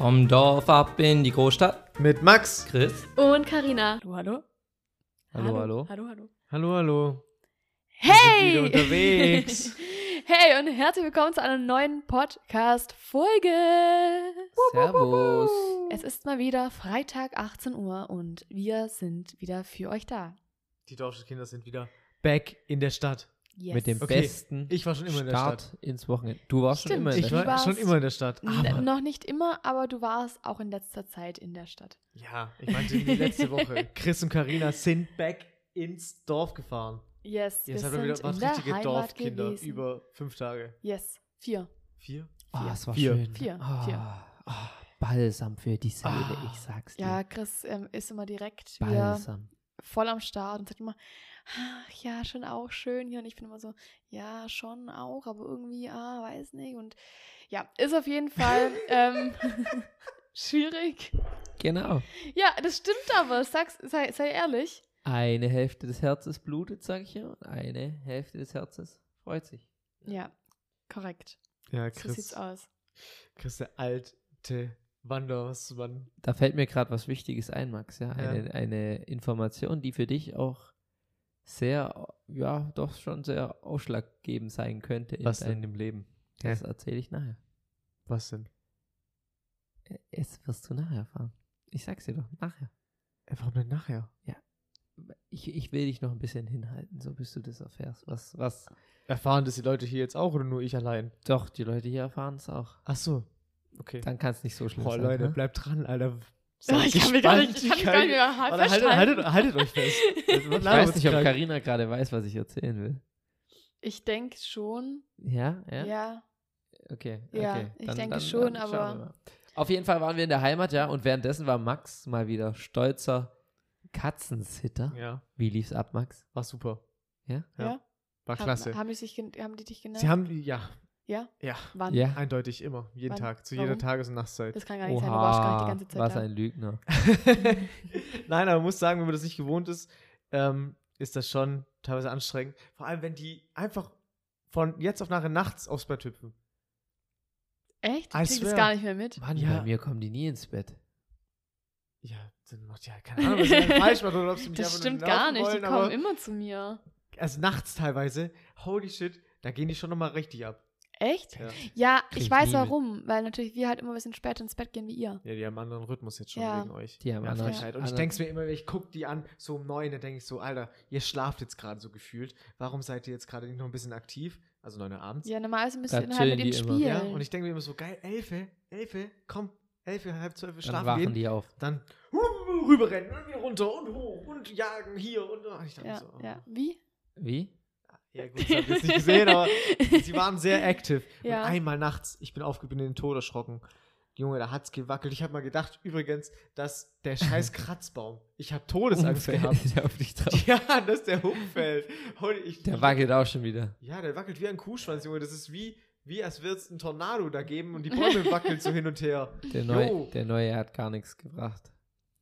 Vom Dorf ab in die Großstadt. Mit Max. Chris. Und Karina. Hallo, hallo. Hallo, hallo. Hallo, hallo. Hallo, hallo. Hey! wieder unterwegs. hey und herzlich willkommen zu einer neuen Podcast-Folge. Servus. Es ist mal wieder Freitag 18 Uhr und wir sind wieder für euch da. Die Dorfstadtkinder sind wieder back in der Stadt. Yes. Mit dem Okay, besten Ich war schon immer in der Start Stadt. ins Wochenende. Du warst schon Stimmt, immer in der Ich Du war Stadt. warst- schon immer in der Stadt. N- Aber, Noch nicht immer, aber du warst auch in letzter Zeit in der Stadt. ja, ich meinte die letzte Woche. Chris und Karina sind back ins Dorf gefahren. Yes, Jetzt wir haben wir sind wieder was in der richtige Heimat Dorfkinder gewesen. über fünf Tage. yes, vier. Vier? Ah, es war Vier. schön. Vier. Ah, Vier. ah, Balsam für die Seele, Ah. ich sag's dir. Ja, Chris ähm, ist immer direkt wieder Balsam. voll am Start und sagt immer, ach ja, schon auch schön hier. Und ich bin immer so, ja, schon auch, aber irgendwie, ah, weiß nicht. Und ja, ist auf jeden Fall ähm, schwierig. Genau. Ja, das stimmt aber, sag's, sei, sei ehrlich. Eine Hälfte des Herzens blutet, sag ich ja. Und eine Hälfte des Herzens freut sich. Ja, korrekt. Ja, So sieht's Chris. aus. Chris, der alte Wandersmann. Da fällt mir gerade was Wichtiges ein, Max. Ja? Ja. Eine, eine Information, die für dich auch sehr, ja, doch schon sehr ausschlaggebend sein könnte in Was denn? deinem Leben. Hä? Das erzähle ich nachher. Was denn? Äh, Es wirst du nachher erfahren. Ich sag's dir doch, nachher. Äh, Warum denn nachher? Ich, ich will dich noch ein bisschen hinhalten, so bis du das erfährst. Was, was? Erfahren das die Leute hier jetzt auch oder nur ich allein? Doch, die Leute hier erfahren es auch. Ach so. Okay. Dann kann es nicht so schlimm Boah, sein. Leute, ne? bleibt dran, Alter. Oh, Seid ich kann mich gar nicht, gespannt, ich kann mich gar nicht mehr Warte, halb haltet, verstanden. haltet, haltet euch fest. ich weiß nicht, ob Karina gerade weiß, was ich erzählen will. Ich denke schon, Ja, ja. ja. ja. Okay, Ja, okay. ich denke schauen schon, aber- wir mal. Auf jeden Fall waren wir in der Heimat, ja, und währenddessen war Max mal wieder stolzer Katzensitter. Ja, Wie lief's ab, Max? war super. Ja? War klasse. Haben, haben, die sich, gen- haben die dich genannt? Sie haben, ja, ja? ja, Wann? Ja. eindeutig immer, jeden Wann? Tag, zu Warum? jeder Tages- und Nachtzeit. Das kann gar nicht sein, du warst gar nicht die ganze Zeit was da. ein Lügner. Nein, aber man muss sagen, wenn man das nicht gewohnt ist, ähm, ist das schon teilweise anstrengend. Vor allem, wenn die einfach von jetzt auf nachher nachts aufs Bett hüpfen. Echt? I Ich krieg das swear. gar nicht mehr mit. Mann, Ja. bei mir kommen die nie ins Bett. Ja, dann macht ja keine Ahnung, was ich denn falsch mache oder ob sie mich Das einfach nur stimmt nerven gar nicht, wollen, die aber- kommen immer zu mir. also nachts teilweise, holy shit, da gehen die schon nochmal richtig ab. Echt? Ja. Ja, Krieg ich ich nie weiß mit. warum, weil natürlich wir halt immer ein bisschen später ins Bett gehen wie ihr. die haben anderen Rhythmus jetzt schon Ja. wegen euch. Die haben ja, anderen- Frechheit. Und ich anderen- Also denke mir immer, ich gucke die an, so um neun, dann denke ich so, Alter, ihr schlaft jetzt gerade so gefühlt. Warum seid ihr jetzt gerade nicht noch ein bisschen aktiv? Also neun Uhr abends. Ja, normalerweise müsst Da ihr dann halt mit chillen ihnen die immer. spielen. Ja, und ich denke mir immer so, geil, Elfe, Elfe, komm, Elfe, halb zwölf, wir Dann schlafen wachen gehen. die auf. Dann hu- rüberrennen und wieder runter und hoch und jagen hier und da. Ich dachte ja, so, oh. ja. Wie? Wie? ja gut, das hab ich jetzt nicht gesehen, aber Sie waren sehr aktiv. Ja. Und einmal nachts, ich bin aufgeblieben, in den Tod erschrocken. Junge, da hat's gewackelt. Ich habe mal gedacht, übrigens, dass der scheiß Kratzbaum, ich habe Todesangst gehabt. Der auf dich drauf. Ja, dass der umfällt. Holy, ich, Der wackelt auch schon wieder. Ja, der wackelt wie ein Kuhschwanz, Junge. Das ist wie, wie als wird's einen Tornado da geben und die Bäume wackeln so hin und her. Der Jo. neue, der neue hat gar nichts gebracht.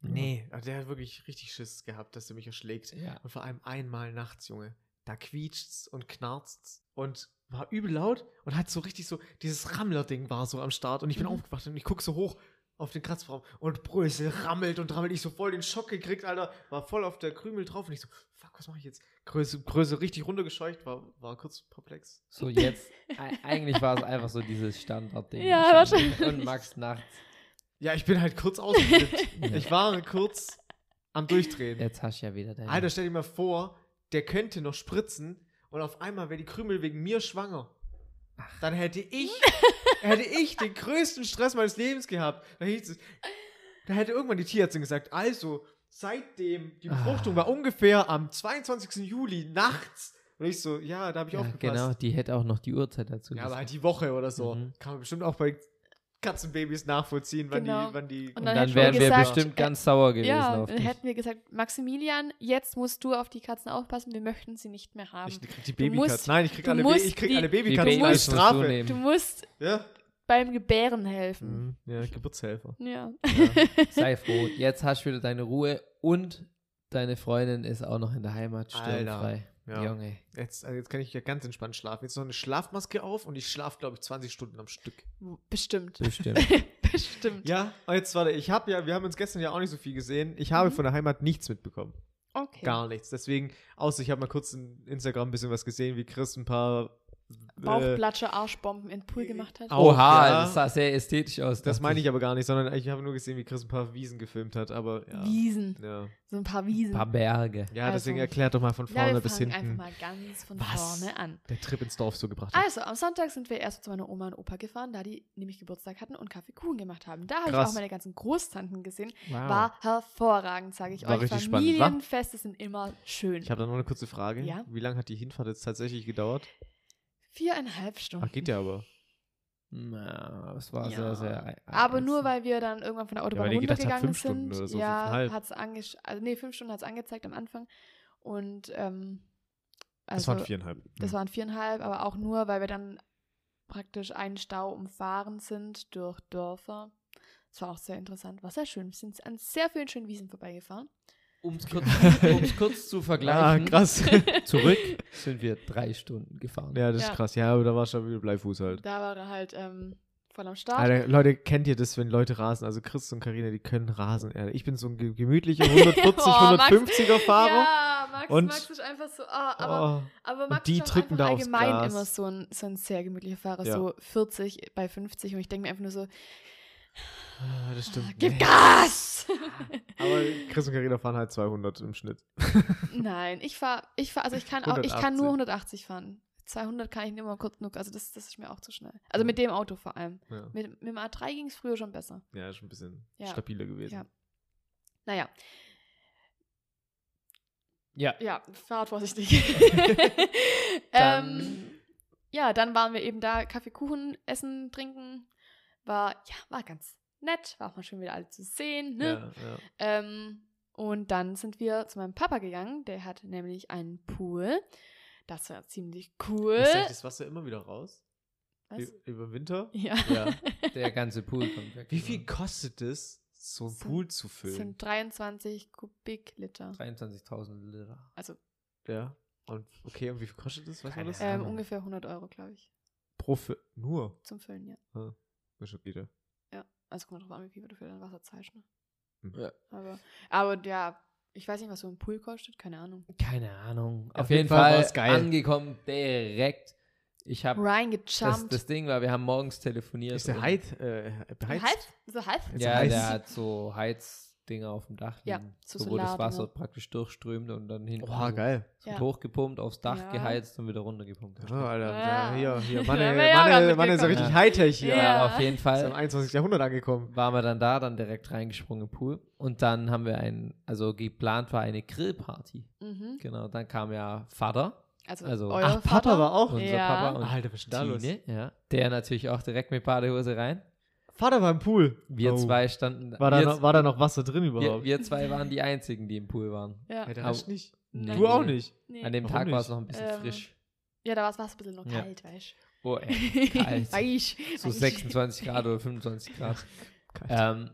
Nee, also der hat wirklich richtig Schiss gehabt, dass der mich erschlägt. Ja. Und vor allem einmal nachts, Junge. Da quietscht's und knarzt's und war übel laut und hat so richtig so, dieses Rammler-Ding war so am Start und ich bin Mhm. aufgewacht und ich guck so hoch auf den Kratzbaum und Brösel rammelt und rammelt. Ich so voll den Schock gekriegt, Alter. War voll auf der Krümel drauf und ich so, fuck, was mache ich jetzt? Größe, Größe richtig runtergescheucht, war, war kurz perplex. So jetzt, e- eigentlich war es einfach so dieses Standardding. Ja, wahrscheinlich. Und Max nachts. Ja, ich bin halt kurz ausgeflippt. Ja. Ich war kurz am Durchdrehen. Jetzt hast du ja wieder deine. Alter, stell dir mal vor, der könnte noch spritzen und auf einmal wäre die Krümel wegen mir schwanger. Dann hätte ich, hätte ich den größten Stress meines Lebens gehabt. Da hieß es, da hätte irgendwann die Tierärztin gesagt, also, seitdem Ah. die Befruchtung war ungefähr am 22. Juli nachts. Und ich so, ja, da habe ich ja, aufgepasst. genau, die hätte auch noch die Uhrzeit dazu. Ja, aber gesagt. halt die Woche oder so. Mhm. Kann man bestimmt auch bei Katzenbabys nachvollziehen, wann Genau. die, wann die. Und Und dann dann hätten wir wären wir gesagt, bestimmt äh, ganz sauer gewesen ja, auf dann dich. hätten wir gesagt, Maximilian, jetzt musst du auf die Katzen aufpassen, wir möchten sie nicht mehr haben. Ich krieg die ähm, Du musst- Babykatze. Nein, ich krieg du alle, Ba- musst ich krieg die- alle Die Babykatze als Babys musst du Strafe. nehmen. Du musst Ja. beim Gebären helfen. Mhm. Ja, Geburtshelfer. Ja. Sei froh. Jetzt hast du wieder deine Ruhe und deine Freundin ist auch noch in der Heimat Alter. sturmfrei. Ja. Junge. Jetzt, also jetzt kann ich ja ganz entspannt schlafen. Jetzt noch eine Schlafmaske auf und ich schlafe, glaube ich, 20 Stunden am Stück. Bestimmt. Bestimmt. Bestimmt. Ja, und jetzt warte, ich habe ja, wir haben uns gestern ja auch nicht so viel gesehen. Ich habe Mhm. von der Heimat nichts mitbekommen. Okay. Gar nichts. Deswegen, außer ich habe mal kurz in Instagram ein bisschen was gesehen, wie Chris ein paar. Äh, Bauchplatsche, Arschbomben in den Pool gemacht hat. Au. Oha, Ja. das sah sehr ästhetisch aus. das dachte meine ich aber gar nicht, sondern ich habe nur gesehen, wie Chris ein paar Wiesen gefilmt hat. Aber ja. Wiesen. Ja, So ein paar Wiesen. Ein paar Berge. ja Also- deswegen erklärt doch mal von ja, vorne wir bis fangen einfach hinten, mal ganz von Was? vorne an. der Trip ins Dorf so gebracht hat. Also, am Sonntag sind wir erst zu meiner Oma und Opa gefahren, da die nämlich Geburtstag hatten und Kaffeekuchen gemacht haben. Da habe ich Krass. auch meine ganzen Großtanten gesehen. Wow. War hervorragend, sage ich War euch. richtig spannend, wa? Familienfeste sind immer schön. Ich habe da noch eine kurze Frage. Ja. Wie lange hat die Hinfahrt jetzt tatsächlich gedauert? Viereinhalb Stunden. Ach, Ah, geht ja aber. Na, das war Ja. sehr, sehr. Ah, Aber nur, reizend. weil wir dann irgendwann von der Autobahn weil die gedacht hat, runtergegangen halt fünf Stunden sind. oder so, ja, fünfeinhalb. hat's ange also, nee, fünf Stunden hat es angezeigt am Anfang. Und ähm, das also, waren viereinhalb. das Mhm. waren viereinhalb, aber auch nur, weil wir dann praktisch einen Stau umfahren sind durch Dörfer. Das war auch sehr interessant, war sehr schön. Wir sind an sehr vielen schönen Wiesen vorbeigefahren. Um es kurz, um's kurz zu ah, vergleichen, krass. zurück sind wir drei Stunden gefahren. ja, das Ja. ist krass. Ja, aber da war schon wieder Bleifuß halt. Da war er halt ähm, voll am Start. Alter, Leute, kennt ihr das, wenn Leute rasen? Also Chris und Karina, die können rasen. Alter. Ich bin so ein ge- gemütlicher 140, Boah, Oh, Max. 150er Fahrer. Ja, Max, Und- Max ist einfach so, ah, oh. aber, aber Max und die ist auch drücken einfach da aufs allgemein Gas. immer so ein, so ein sehr gemütlicher Fahrer, Ja. so 40 bei 50 und ich denke mir einfach nur so, Ah, das stimmt. gib Nee. Gas! Aber Chris und Karina fahren halt 200 im Schnitt. Nein, ich fahre, ich fahr, also ich kann auch, ich kann nur 180. 180 fahren. 200 kann ich nicht immer kurz genug, also das, das ist mir auch zu schnell. Also mit dem Auto vor allem. Ja, Mit, mit dem A3 ging es früher schon besser. ja ist schon ein bisschen Ja. stabiler gewesen. Ja. Naja, Ja. ja, fahrt vorsichtig. ähm, Dann, ja, dann waren wir eben da, Kaffee, Kuchen, Essen, Trinken. War, ja, war ganz nett, war auch mal schön wieder alle zu sehen. Ne? Ja, ja. Ähm, und dann sind wir zu meinem Papa gegangen, der hat nämlich einen Pool. Das war ziemlich cool. Ist eigentlich das Wasser immer wieder raus? Äh? Was? Ü- Über den Winter? Ja. Ja. der ganze Pool kommt weg. Wie viel kostet es, so einen Sind- Pool zu Das füllen? sind 23 Kubikmeter. 23.000 Liter. Also Ja. Und okay, und wie viel kostet das? Was war Keine das? Ahnung. ähm, ungefähr 100 Euro, glaube ich, Pro Fü- nur. zum Füllen, ja. Ist schon wieder. Also kommt drauf an, wie viel du für dein Wasser zahlst. Ne? Mhm. Ja. Aber, aber ja, ich weiß nicht, was so ein Pool kostet, keine Ahnung. Keine Ahnung. Auf, Auf jeden jeden Fall Fall, war's geil. angekommen direkt. Ich habe Ryan das, gejumpt. das Ding war, wir haben morgens telefoniert. Ist der und- Heiz, äh, beheizt? Halb? So halb? Ist Ja, er heiß? der hat so Heizdinger auf dem Dach Ja, liegen, so so wo das Solardinger. Wasser praktisch durchströmt und dann hinten Oha, so- Oh, geil. so Ja. hochgepumpt, aufs Dach Ja. geheizt und wieder runtergepumpt. Oh, Alter, Ja. ja. hier, hier, Da Mann, wär ey, ich auch Mann, grad ey, Mann, ey, ist ja richtig mitgekommen. Hightech hier. Ja, Ja. aber auf jeden Ist im Fall 21. Jahrhundert angekommen. waren wir dann da, dann direkt reingesprungen im Pool. Und dann haben wir ein, also geplant war eine Grillparty. Mhm. Genau, dann kam ja Vater, Also, Also- euer Ach, Vater, Papa war auch. unser Ja. Papa und Alter, was ist denn da los? Tine, ja, der natürlich auch direkt mit Badehose rein. Vater war im Pool. Wir Oh. zwei standen. War da, wir, noch, war da noch Wasser drin wir, überhaupt? wir zwei waren die einzigen, die im Pool waren. Ja. Ey, der Aber- Rest nicht. Nee. Du auch nicht. Nee. An dem Warum Tag war es nicht? noch ein bisschen Ähm, frisch. Ja, da war es ein bisschen noch Ja. kalt, weißt Oh, ey. du. Kalt. Weich. So 26 Grad oder 25 Grad. Geil. ähm,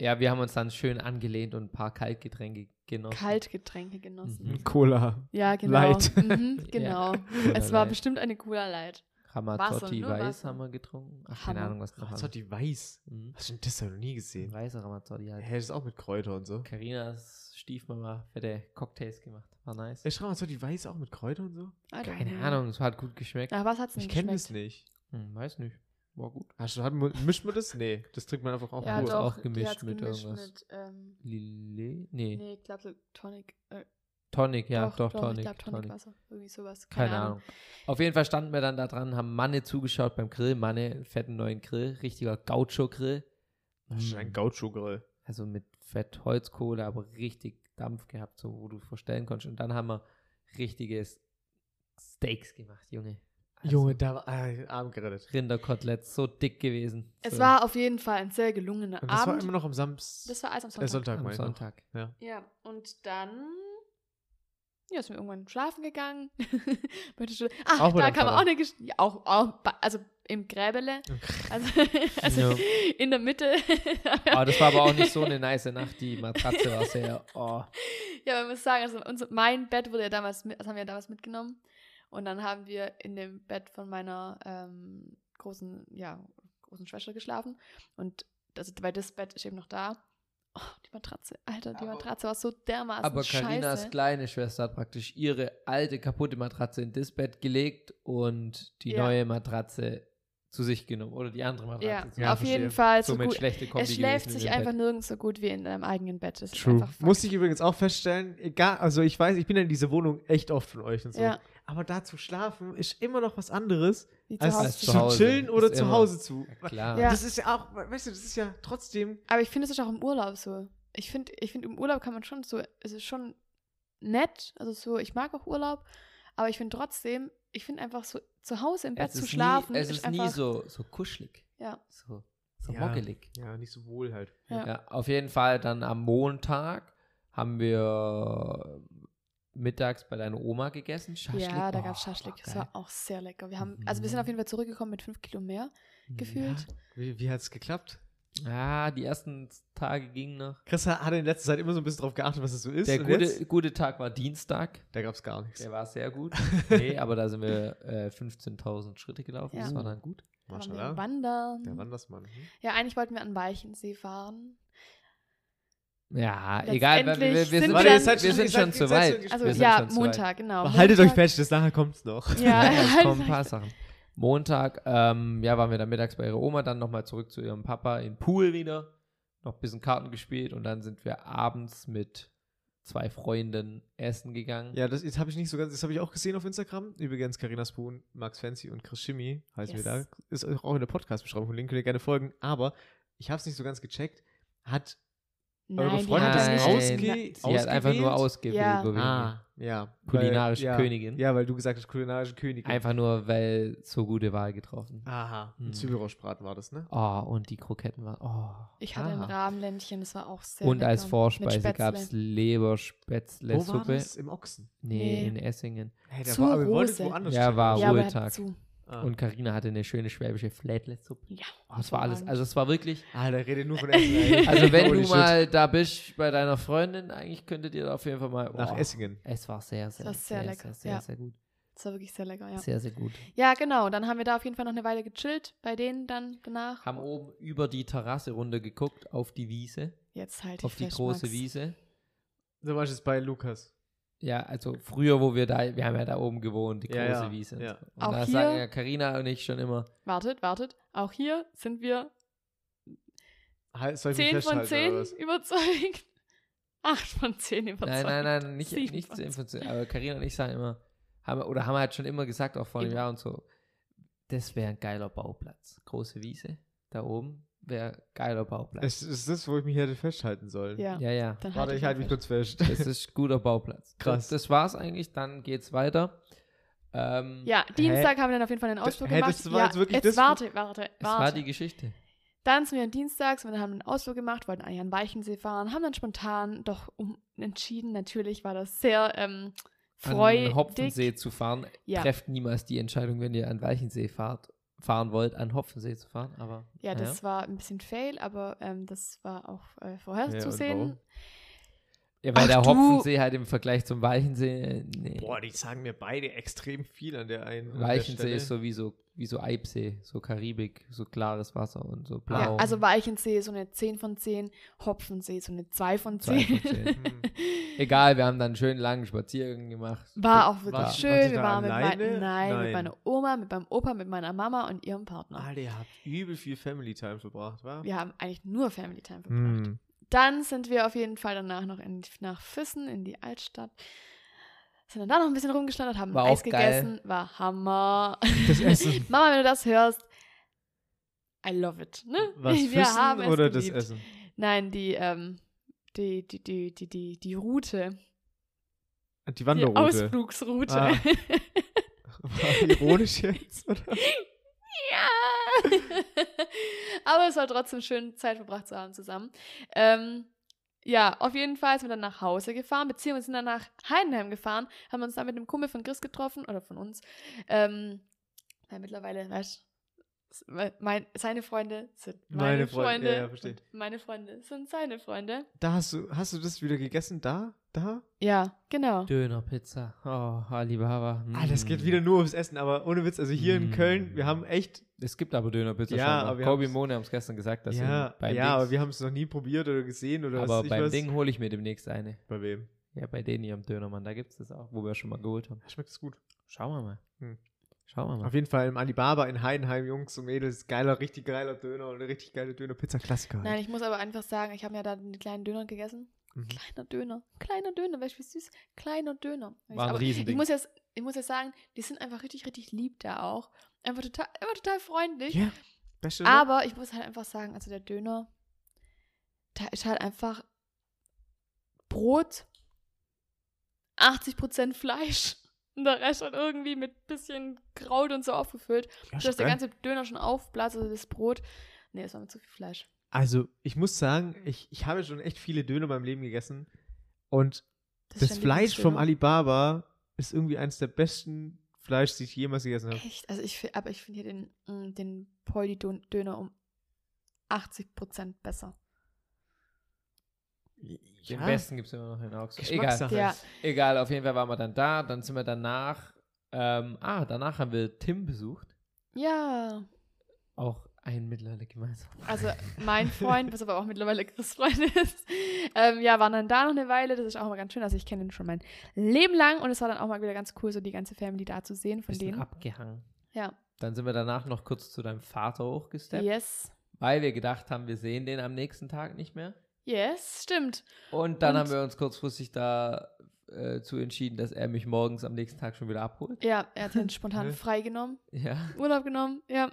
ja, wir haben uns dann schön angelehnt und ein paar Kaltgetränke genossen. Kaltgetränke genossen. Mhm. Cola. Ja, genau. Light. Mhm, genau. Es war bestimmt. bestimmt eine cooler Light. Wasser, Ramazzotti nur Weiß Wasser. haben wir getrunken. Ach, keine Hammer. Ahnung, was noch Was hat die weiß? Mhm. Was denn das hab ich noch nie Ein gesehen? Weißer Ramazzotti halt. Hä, das ist auch mit Kräuter und so. Carinas Stiefmama hätte Cocktails gemacht. War nice. Ey, schau mal, die weiß auch mit Kräuter und so? I don't Keine know. Ahnung, es hat gut geschmeckt. Nach was hat es denn Ich kenne das geschmeckt? nicht. Hm, weiß nicht. War gut. Hast du, hat, mischt man das? Nee, das trinkt man einfach auch Ja, pur. doch. auch die gemischt hat's mit gemischt irgendwas. Mit, ähm, Lille? Nee. nee, ich glaube so Tonic. Äh, Tonic, ja, doch, doch, Ich Tonic. glaube Tonic, Tonic. Wasser. Irgendwie sowas. Keine, Ahnung. Auf jeden Fall standen wir dann da dran, haben Manne zugeschaut beim Grill. Manne, einen fetten neuen Grill, richtiger Gaucho-Grill. Das ist ein Mm. Gaucho-Grill. also mit Fett Holzkohle, aber richtig Dampf gehabt, so wo du verstellen konntest. Und dann haben wir richtiges Steaks gemacht, Junge. Also Junge, da war ah, Arm gerettet. Rinderkotelett, so dick gewesen. Es so war auf jeden Fall ein sehr gelungener Und das war Abend. immer noch am Samstag. das war alles am Äh, Sonntag. Sonntag, am meine ich. noch. Sonntag. Ja, und dann ja, sind wir irgendwann schlafen gegangen. Bei der Schule- Ach, Auch bei da deinem kam Vater? auch eine Geschichte. Ja, auch, auch, bei- also im Gräbele. Also, also Ja. in der Mitte. Aber das war aber auch nicht so eine nice Nacht. Die Matratze war sehr, oh. Ja, man muss sagen, also unser, mein Bett wurde ja damals, mit, das haben wir ja damals mitgenommen. Und dann haben wir in dem Bett von meiner ähm, großen, ja, großen Schwester geschlafen. Und das, weil das Bett ist eben noch da. Oh, die Matratze, Alter, die Aber- Matratze war so dermaßen Aber Karinas scheiße. kleine Schwester hat praktisch ihre alte kaputte Matratze in das Bett gelegt und die Ja. neue Matratze zu sich genommen. Oder die andere Matratze. Ja, zu Ja, sich auf jeden genommen. Fall. So Somit gut. schlechte Kombi Es schläft gewesen in sich dem einfach Bett. nirgends so gut wie in deinem eigenen Bett. Das True. Ist einfach Fakt. Musste ich übrigens auch feststellen, egal, also ich weiß, ich bin ja in dieser Wohnung echt oft von euch und so. Ja, Aber da zu schlafen ist immer noch was anderes, wie zu als, Hause. Als zu, zu Hause. chillen oder Ist zu immer. Hause zu. Ja, Klar. Ja. Das ist ja auch, weißt du, das ist ja trotzdem. Aber ich finde, es ist auch im Urlaub so. Ich finde, ich finde, im Urlaub kann man schon so, es ist schon nett, also so, ich mag auch Urlaub, aber ich finde trotzdem, ich finde einfach so, zu Hause im Bett Es zu ist schlafen, nie, es ist, ist einfach, nie so, so kuschelig. Ja. So, so Ja. mockelig. Ja, nicht so wohl halt. Ja. Ja, auf jeden Fall dann am Montag haben wir mittags bei deiner Oma gegessen. Schaschlik. ja, da Oh, gab es Schaschlik, das geil. war auch sehr lecker. Wir haben, also wir sind Mhm. auf jeden Fall zurückgekommen mit fünf Kilo mehr gefühlt. Wie, wie hat es geklappt? Ja, die ersten Tage gingen noch. Chris hat hat in letzter Zeit immer so ein bisschen drauf geachtet, was es so ist. Der und gute, jetzt? gute Tag war Dienstag. Da gab es gar nichts. Der war sehr gut. Nee, aber da sind wir äh, 15.000 Schritte gelaufen. Das Ja. war dann gut. Da waren Maschallah. wir wandern. Der Wandersmann. Hm? Ja, eigentlich wollten wir an den Walchensee fahren. Ja, egal. Wir, wir, wir, Letztendlich sind, sind wir, Warte, ihr seid wir schon- sind ihr schon seid- ihr zu seid schon weit. gesch- Also wir sind ja, schon zu weit. Montag, genau. Aber haltet euch Montag. fest, das nachher kommt's noch. Ja, Ja, es haltet kommen ein euch paar Sachen. Montag, ähm, ja, waren wir dann mittags bei ihrer Oma, dann nochmal zurück zu ihrem Papa im Pool wieder, noch ein bisschen Karten gespielt und dann sind wir abends mit zwei Freunden essen gegangen. Ja, das jetzt habe ich nicht so ganz, das habe ich auch gesehen auf Instagram. Übrigens, Carina Spoon, Max Fancy und Chris Schimmy heißen wir da. Yes. Ist auch in der Podcast-Beschreibung verlinkt, könnt ihr gerne folgen. Aber ich habe es nicht so ganz gecheckt. Hat Eure Nein, die Freundin hat hat das nicht- ausge- Nein. Sie hat einfach ausgewählt? nur ausgewählt. Ja. wo wir hingehen. ah, ja, weil- Kulinarische ja, Königin. Ja, weil du gesagt hast, kulinarische Königin. Einfach nur, weil so gute Wahl getroffen. Aha, ein Hm. Zwiebelrostbraten war das, ne? Oh, und die Kroketten waren. Oh. Ich hatte ein Ah. Rahmenländchen, das war auch sehr Und lecker. als Vorspeise Mit gab es Spätzle. Wo war Leberspätzle-Suppe. das? Im Ochsen. Nee, Nee. in Essingen. Hey, Zu aber wir wollten es Rose. woanders Ja, stehen. war ja, aber hört Ruhetag. zu. Ah. Und Karina hatte eine schöne schwäbische Flädle-Suppe. Ja, Oh, das war alles. hervorragend. Also, es war wirklich. Alter, rede nur von Essen. ey. Also wenn Holy du shit. mal da bist bei deiner Freundin, eigentlich könntet ihr da auf jeden Fall mal. Nach oh, Essingen. Es war sehr, sehr, war sehr sehr, lecker, sehr, sehr, ja. sehr gut. Das war wirklich sehr lecker, ja. Sehr, sehr gut. Ja, genau. Dann haben wir da auf jeden Fall noch eine Weile gechillt. Bei denen dann danach. Haben oben über die Terrasse runter geguckt, auf die Wiese, Jetzt halt auf die fest, große Max. Wiese. So war es bei Lukas. Ja, also früher, wo wir da, wir haben ja da oben gewohnt, die Ja, große ja, Wiese. und ja. so. Und Auch da hier- sagen ja Karina und ich schon immer, Wartet, wartet. Auch hier sind wir Halt, soll ich mich 10 von festhalten, oder was? 10 überzeugt. 8 von 10 nein, überzeugt. nein, nein, nicht, nicht zu 27. infantil. Aber Karina und ich sagen immer, haben, oder haben halt schon immer gesagt, auch vor einem Immer. Jahr und so, das wäre ein geiler Bauplatz. Große Wiese, da oben wäre geiler Bauplatz. Es ist das, wo ich mich hätte festhalten sollen. Ja. Ja, ja. Dann Warte, halt ich halte mich mich kurz fest. Das ist guter Bauplatz. Krass. Das, das war's eigentlich. Dann geht's weiter. Ähm, Ja, Dienstag haben wir dann auf jeden Fall einen Ausflug hä, gemacht. das war ja, jetzt wirklich das- jetzt warte, warte, Es war warte. die Geschichte. Dann sind wir dienstags und wir haben einen Ausflug gemacht, wollten eigentlich an den Weichensee fahren, haben dann spontan doch um entschieden. Natürlich war das sehr ähm, An freudig. den Hopfensee zu fahren. Ja. Trefft niemals die Entscheidung, wenn ihr an Weichensee fahrt, fahren wollt, an Hopfensee zu fahren. Aber Ja, naja. das war ein bisschen fail, aber ähm, das war auch äh, vorherzusehen. Ja, und warum? ja, weil Ach, der du- Hopfensee halt im Vergleich zum Weichensee. äh, Nee. Boah, die sagen mir beide extrem viel an der einen. an der Weichensee Stelle. ist so wie so, wie so Eibsee, so Karibik, so klares Wasser und so blau. ja, also Weichensee so eine 10 von 10, Hopfensee so eine 2 von 10. Zwei von zehn. Hm. Egal, wir haben dann einen schönen langen Spaziergang gemacht. War auch wirklich War- wart ihr schön. Wir da waren mit, mein, alleine? nein, Nein. mit meiner Oma, mit meinem Opa, mit meiner Mama und ihrem Partner. Alter, ihr habt übel viel Family Time verbracht, wa? Wir haben eigentlich nur Family Time verbracht. Hm. Dann sind wir auf jeden Fall danach noch in, nach Füssen, in die Altstadt. Sind dann da noch ein bisschen rumgeschlendert, haben War Eis auch geil. gegessen. War Hammer. Das Essen. Mama, wenn du das hörst, I love it. Ne? Was Wir Füssen haben es oder geliebt. das Essen? Nein, die, ähm, die, die, die, die, die, die Route. Die Die Wanderroute. Ausflugsroute. Ah. War ironisch jetzt, oder? ja. Aber es war trotzdem schön, Zeit verbracht zu haben zusammen. Ähm, Ja, auf jeden Fall sind wir dann nach Hause gefahren, beziehungsweise sind dann nach Heidenheim gefahren, haben uns dann mit einem Kumpel von Chris getroffen, oder von uns. Ähm, weil mittlerweile, weißt du, mein, seine Freunde sind meine, Meine Freunde, Freunde. ja, ja, verstehe. und Meine Freunde sind seine Freunde. Da hast du, hast du das wieder gegessen? Da? Da? Ja, genau. Döner, Pizza. Oh, Alibaba. Mm. Ah, das geht wieder nur ums Essen, aber ohne Witz, also hier in Mm. Köln, wir haben echt, Es gibt aber Dönerpizza Ja, schon. aber wir Kobi haben's- und Mone haben es gestern gesagt, dass ja, sie beim ja, aber Dings, wir haben es noch nie probiert oder gesehen oder aber was beim ich was. Ding hole ich mir demnächst eine. Bei wem? Ja, bei denen hier am Dönermann, da gibt es das auch, wo wir schon mal geholt haben. Schmeckt es gut. Schauen wir mal. Hm. Schauen wir mal. Auf jeden Fall im Alibaba in Heidenheim, Jungs und Mädels, geiler, richtig geiler Döner und eine richtig geile Dönerpizza, Klassiker. halt. Nein, ich muss aber einfach sagen, ich habe ja da den kleinen Döner gegessen. Mhm. Kleiner Döner, kleiner Döner, weißt du, wie süß. Kleiner Döner. War ein aber ich Riesending. muss, jetzt, ich muss jetzt sagen, die sind einfach richtig, richtig lieb da auch. Einfach total, immer total freundlich. Ja, beste Döner. Aber ich muss halt einfach sagen, also der Döner, da ist halt einfach Brot, 80% Fleisch und der Rest halt irgendwie mit bisschen Kraut und so aufgefüllt. Ja, dass der geil. ganze Döner schon aufblasst, also das Brot. Nee, das war mir zu viel Fleisch. Also, ich muss sagen, Mhm. ich, ich habe schon echt viele Döner in meinem Leben gegessen. Und Das, das, ist dein Fleisch vom Lieblingsdöner? Alibaba ist irgendwie eines der besten Fleisch, die ich jemals gegessen habe. Echt? Also ich, fi- aber ich finde hier den, mm, den Poldi-Döner um 80% besser. Den besten gibt es immer noch in Augsburg. Egal. Geschmackssache. Ja. Egal, auf jeden Fall waren wir dann da. Dann sind wir danach. Ähm, ah, danach haben wir Tim besucht. Ja. Auch ein mittlerweile gemeinsam. Also mein Freund, was aber auch mittlerweile Chris Freund ist, ähm, ja, waren dann da noch eine Weile. Das ist auch mal ganz schön. Also ich kenne ihn schon mein Leben lang und es war dann auch mal wieder ganz cool, so die ganze Family da zu sehen von Bisschen denen. abgehangen. Ja. Dann sind wir danach noch kurz zu deinem Vater hochgesteppt, Yes. weil wir gedacht haben, wir sehen den am nächsten Tag nicht mehr. Yes, stimmt. Und dann Und- haben wir uns kurzfristig dazu entschieden, dass er mich morgens am nächsten Tag schon wieder abholt. Ja, er hat ihn spontan freigenommen, Ja. Urlaub genommen, ja,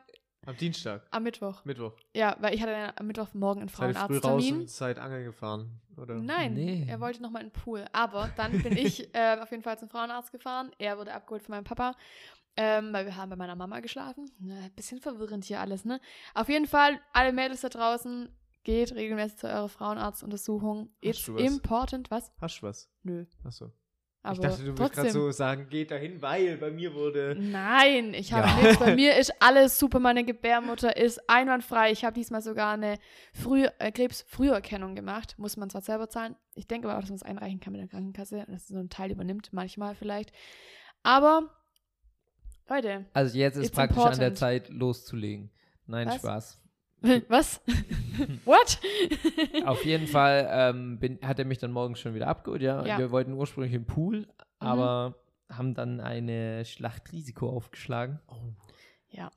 Am Dienstag, am Mittwoch. Mittwoch. Ja, weil ich hatte dann am Mittwochmorgen einen Seid ihr früh raus Frauenarzttermin. und seid angeln gefahren? Oder? Nein, Nee. er wollte nochmal in den Pool. Aber dann bin ich äh, auf jeden Fall zum Frauenarzt gefahren. Er wurde abgeholt von meinem Papa, ähm, weil wir haben bei meiner Mama geschlafen. Na, bisschen verwirrend hier alles, ne? Auf jeden Fall, alle Mädels da draußen, geht regelmäßig zu eurer Frauenarztuntersuchung. Hast It's du was? important, was? Hast du was? Nö. Achso. Aber ich dachte, du willst trotzdem. gerade so sagen, geht dahin, weil bei mir wurde. Nein, ich habe Ja. nichts. Bei mir ist alles super. Meine Gebärmutter ist einwandfrei. Ich habe diesmal sogar eine Früh äh, Krebsfrüherkennung gemacht. Muss man zwar selber zahlen. Ich denke aber auch, dass man es einreichen kann mit der Krankenkasse. Dass so ein Teil übernimmt, manchmal vielleicht. Aber, Leute, Also jetzt ist It's praktisch an der important. Zeit loszulegen. Nein, Was? Spaß. was? What? Auf jeden Fall ähm, bin, hat er mich dann morgens schon wieder abgeholt, ja. Ja. Mhm. Wir wollten ursprünglich im Pool, aber haben dann eine Schlachtrisiko aufgeschlagen. Oh, ja,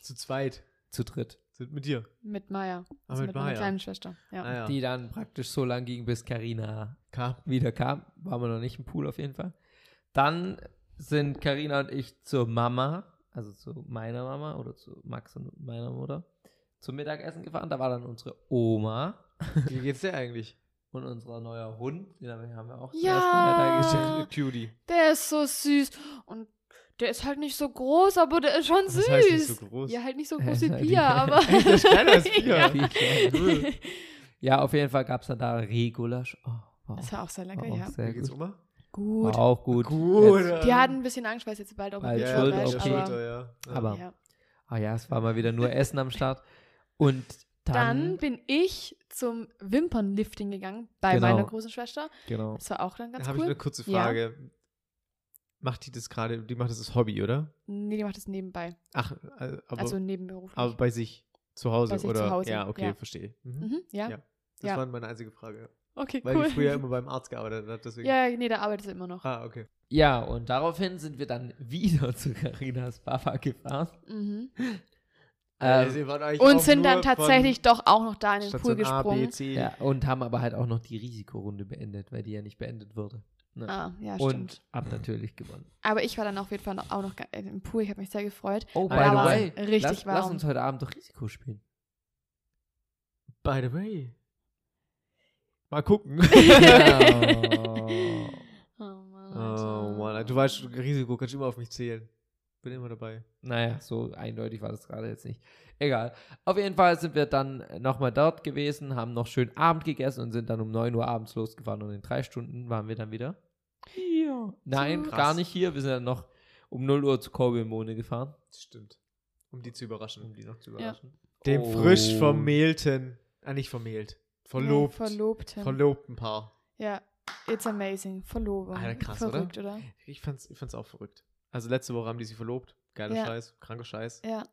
zu zweit. Zu dritt. Sind mit dir. mit Maya. Ah, mit meiner Maya. kleinen Schwester. Ja. Ah, ja. Die dann praktisch so lang ging, bis Karina Kam. wieder kam. Waren wir noch nicht im Pool auf jeden Fall. Dann sind Karina und ich zur Mama, also zu meiner Mama oder zu Max und meiner Mutter, zum Mittagessen gefahren. Da war dann unsere Oma Wie geht's dir eigentlich? und unser neuer Hund. Den haben wir- haben wir auch zum Ja. ersten Mal Ist da Ah. ja Cutie. Der ist so süß. Und der ist halt nicht so groß, aber der ist schon Das süß. heißt nicht so groß. Ja, halt nicht so Äh, groß wie halt Pia, nicht. aber. Echt, das ist kleiner als Pia. Ja. gesehen. ja, auf jeden Fall gab es dann da Regulasch. Oh, war Das auch, war auch sehr lecker, war auch ja. sehr Wie geht's gut. Oma? Gut. War auch gut. Gut. Jetzt, Die hatten ein bisschen Angst, weil es jetzt bald auch Bald ein Ja, Schulter, Schulter ist. okay. Aber ja. ja. aber ja. Ah ja, es war mal wieder nur Essen am Start. Und Dann dann, bin ich zum Wimpernlifting gegangen bei Genau. meiner großen Schwester. genau. Das war auch dann ganz Da habe ich eine cool. kurze Ja. Frage. Macht die das gerade, die macht das als Hobby, oder? Nee, die macht das nebenbei. Ach, äh, aber, also nebenberuflich. aber bei sich zu Hause, Bei sich oder? zu Hause, Ja, okay, ja. verstehe. Mhm. mhm, ja. Ja. Das Ja. war meine einzige Frage. Okay, Weil cool. die früher immer beim Arzt gearbeitet hat, deswegen. ja, ja, nee, da arbeitet sie immer noch. Ah, okay. Ja, und daraufhin sind wir dann wieder zu Karinas Papa gefahren. Mhm. Ähm, ihr wart Äh, eigentlich auch Und sind nur dann tatsächlich von doch auch noch da in den Pool Station A, B, gesprungen. C. ja, und haben aber halt auch noch die Risikorunde beendet, weil die ja nicht beendet wurde. Ne? Ah, ja, und stimmt. hab natürlich gewonnen. Aber ich war dann auf jeden Fall noch- auch noch ga- im Pool. Ich habe mich sehr gefreut. Oh, by the by way, the way, richtig lass, lass warm. uns heute Abend doch Risiko spielen. By the way. Mal gucken. Oh. Oh Mann. oh Alter. Mann, du weißt, Risiko kannst du immer auf mich zählen. Bin immer dabei. Naja, so eindeutig war das gerade jetzt nicht. Egal. Auf jeden Fall sind wir dann nochmal dort gewesen, haben noch schön Abend gegessen und sind dann um 9 Uhr abends losgefahren und in drei Stunden waren wir dann wieder. Ja. Nein, So gar krass. nicht hier. Wir sind dann noch um 0 Uhr zu Kobe und Mone gefahren. Das stimmt. Um die zu überraschen. Um die noch zu überraschen. Dem Oh. frisch vermählten. Ah, nicht vermählt. Verlobt. Ja, Verlobten. Verlobten Paar. ja, it's amazing. Verlobung. Alter, krass, oder? Verrückt, oder? Ich fand's, ich fand's auch verrückt. Also letzte Woche haben die sich verlobt. Geiler Ja. Scheiß, kranker Scheiß. Ja.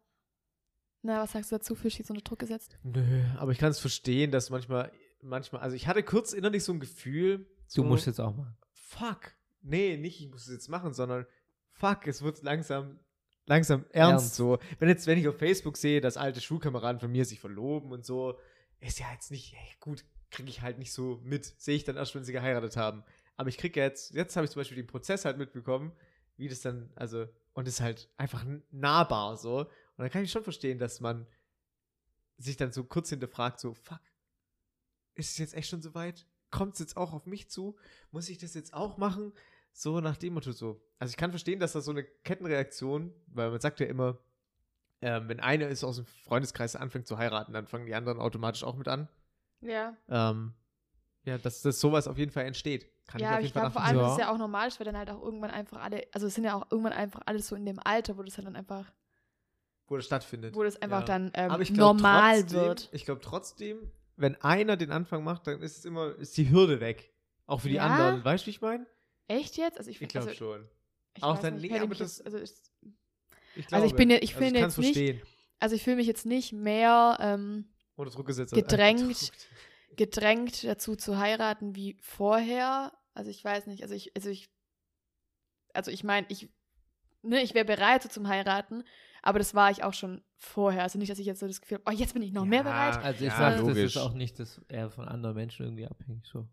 Na, was sagst du dazu? Fühlst du dich so unter Druck gesetzt? Nö, aber ich kann es verstehen, dass manchmal, manchmal, also ich hatte kurz innerlich so ein Gefühl. So, Du musst jetzt auch mal. Fuck. Nee, nicht, ich muss es jetzt machen, sondern fuck, es wird langsam, langsam ernst, Ernst. so. Wenn jetzt, wenn ich auf Facebook sehe, dass alte Schulkameraden von mir sich verloben und so, ist ja jetzt nicht, ey, gut, kriege ich halt nicht so mit. Sehe ich dann erst, wenn sie geheiratet haben. Aber ich kriege jetzt, jetzt habe ich zum Beispiel den Prozess halt mitbekommen, wie das dann, also, und ist halt einfach n- nahbar, so. Und dann kann ich schon verstehen, dass man sich dann so kurz hinterfragt, so, fuck, ist es jetzt echt schon soweit? Kommt es jetzt auch auf mich zu? Muss ich das jetzt auch machen? So nach dem Motto so. Also ich kann verstehen, dass das so eine Kettenreaktion, weil man sagt ja immer, ähm, wenn einer ist aus dem Freundeskreis anfängt zu heiraten, dann fangen die anderen automatisch auch mit an. Ja. Ähm, ja, dass, dass sowas auf jeden Fall entsteht. Kann ich ja, auf ich, jeden Fall glaube vor allem nachvollziehen. ist es ja auch normal, weil dann halt auch irgendwann einfach alle, also es sind ja auch irgendwann einfach alles so in dem Alter, wo das halt dann einfach, wo das stattfindet. wo das einfach Ja. dann ähm, Aber ich glaub, normal trotzdem, wird. Ich glaube trotzdem, wenn einer den Anfang macht, dann ist es immer, ist die Hürde weg. Auch für die Ja? anderen. Weißt du, wie ich meine? Echt jetzt? Also ich, Ich find- glaube also, schon. ich Auch weiß dann nicht, legt hätte aber mich das- jetzt- also ich, Ich Also ich glaube. bin ja- ich finde kann's jetzt nicht- verstehen. also ich fühle mich jetzt nicht mehr ähm, Unter Druck gesetzt. gedrängt. Gedrückt. gedrängt dazu zu heiraten wie vorher. Also ich weiß nicht, also ich, also ich, also ich meine, ich, ne, ich wäre bereit so zum Heiraten, aber das war ich auch schon vorher. Also nicht, dass ich jetzt so das Gefühl habe, oh, jetzt bin ich noch Ja. mehr bereit. Also ich Ja, sag, das logisch. ist auch nicht, dass er von anderen Menschen irgendwie abhängig so.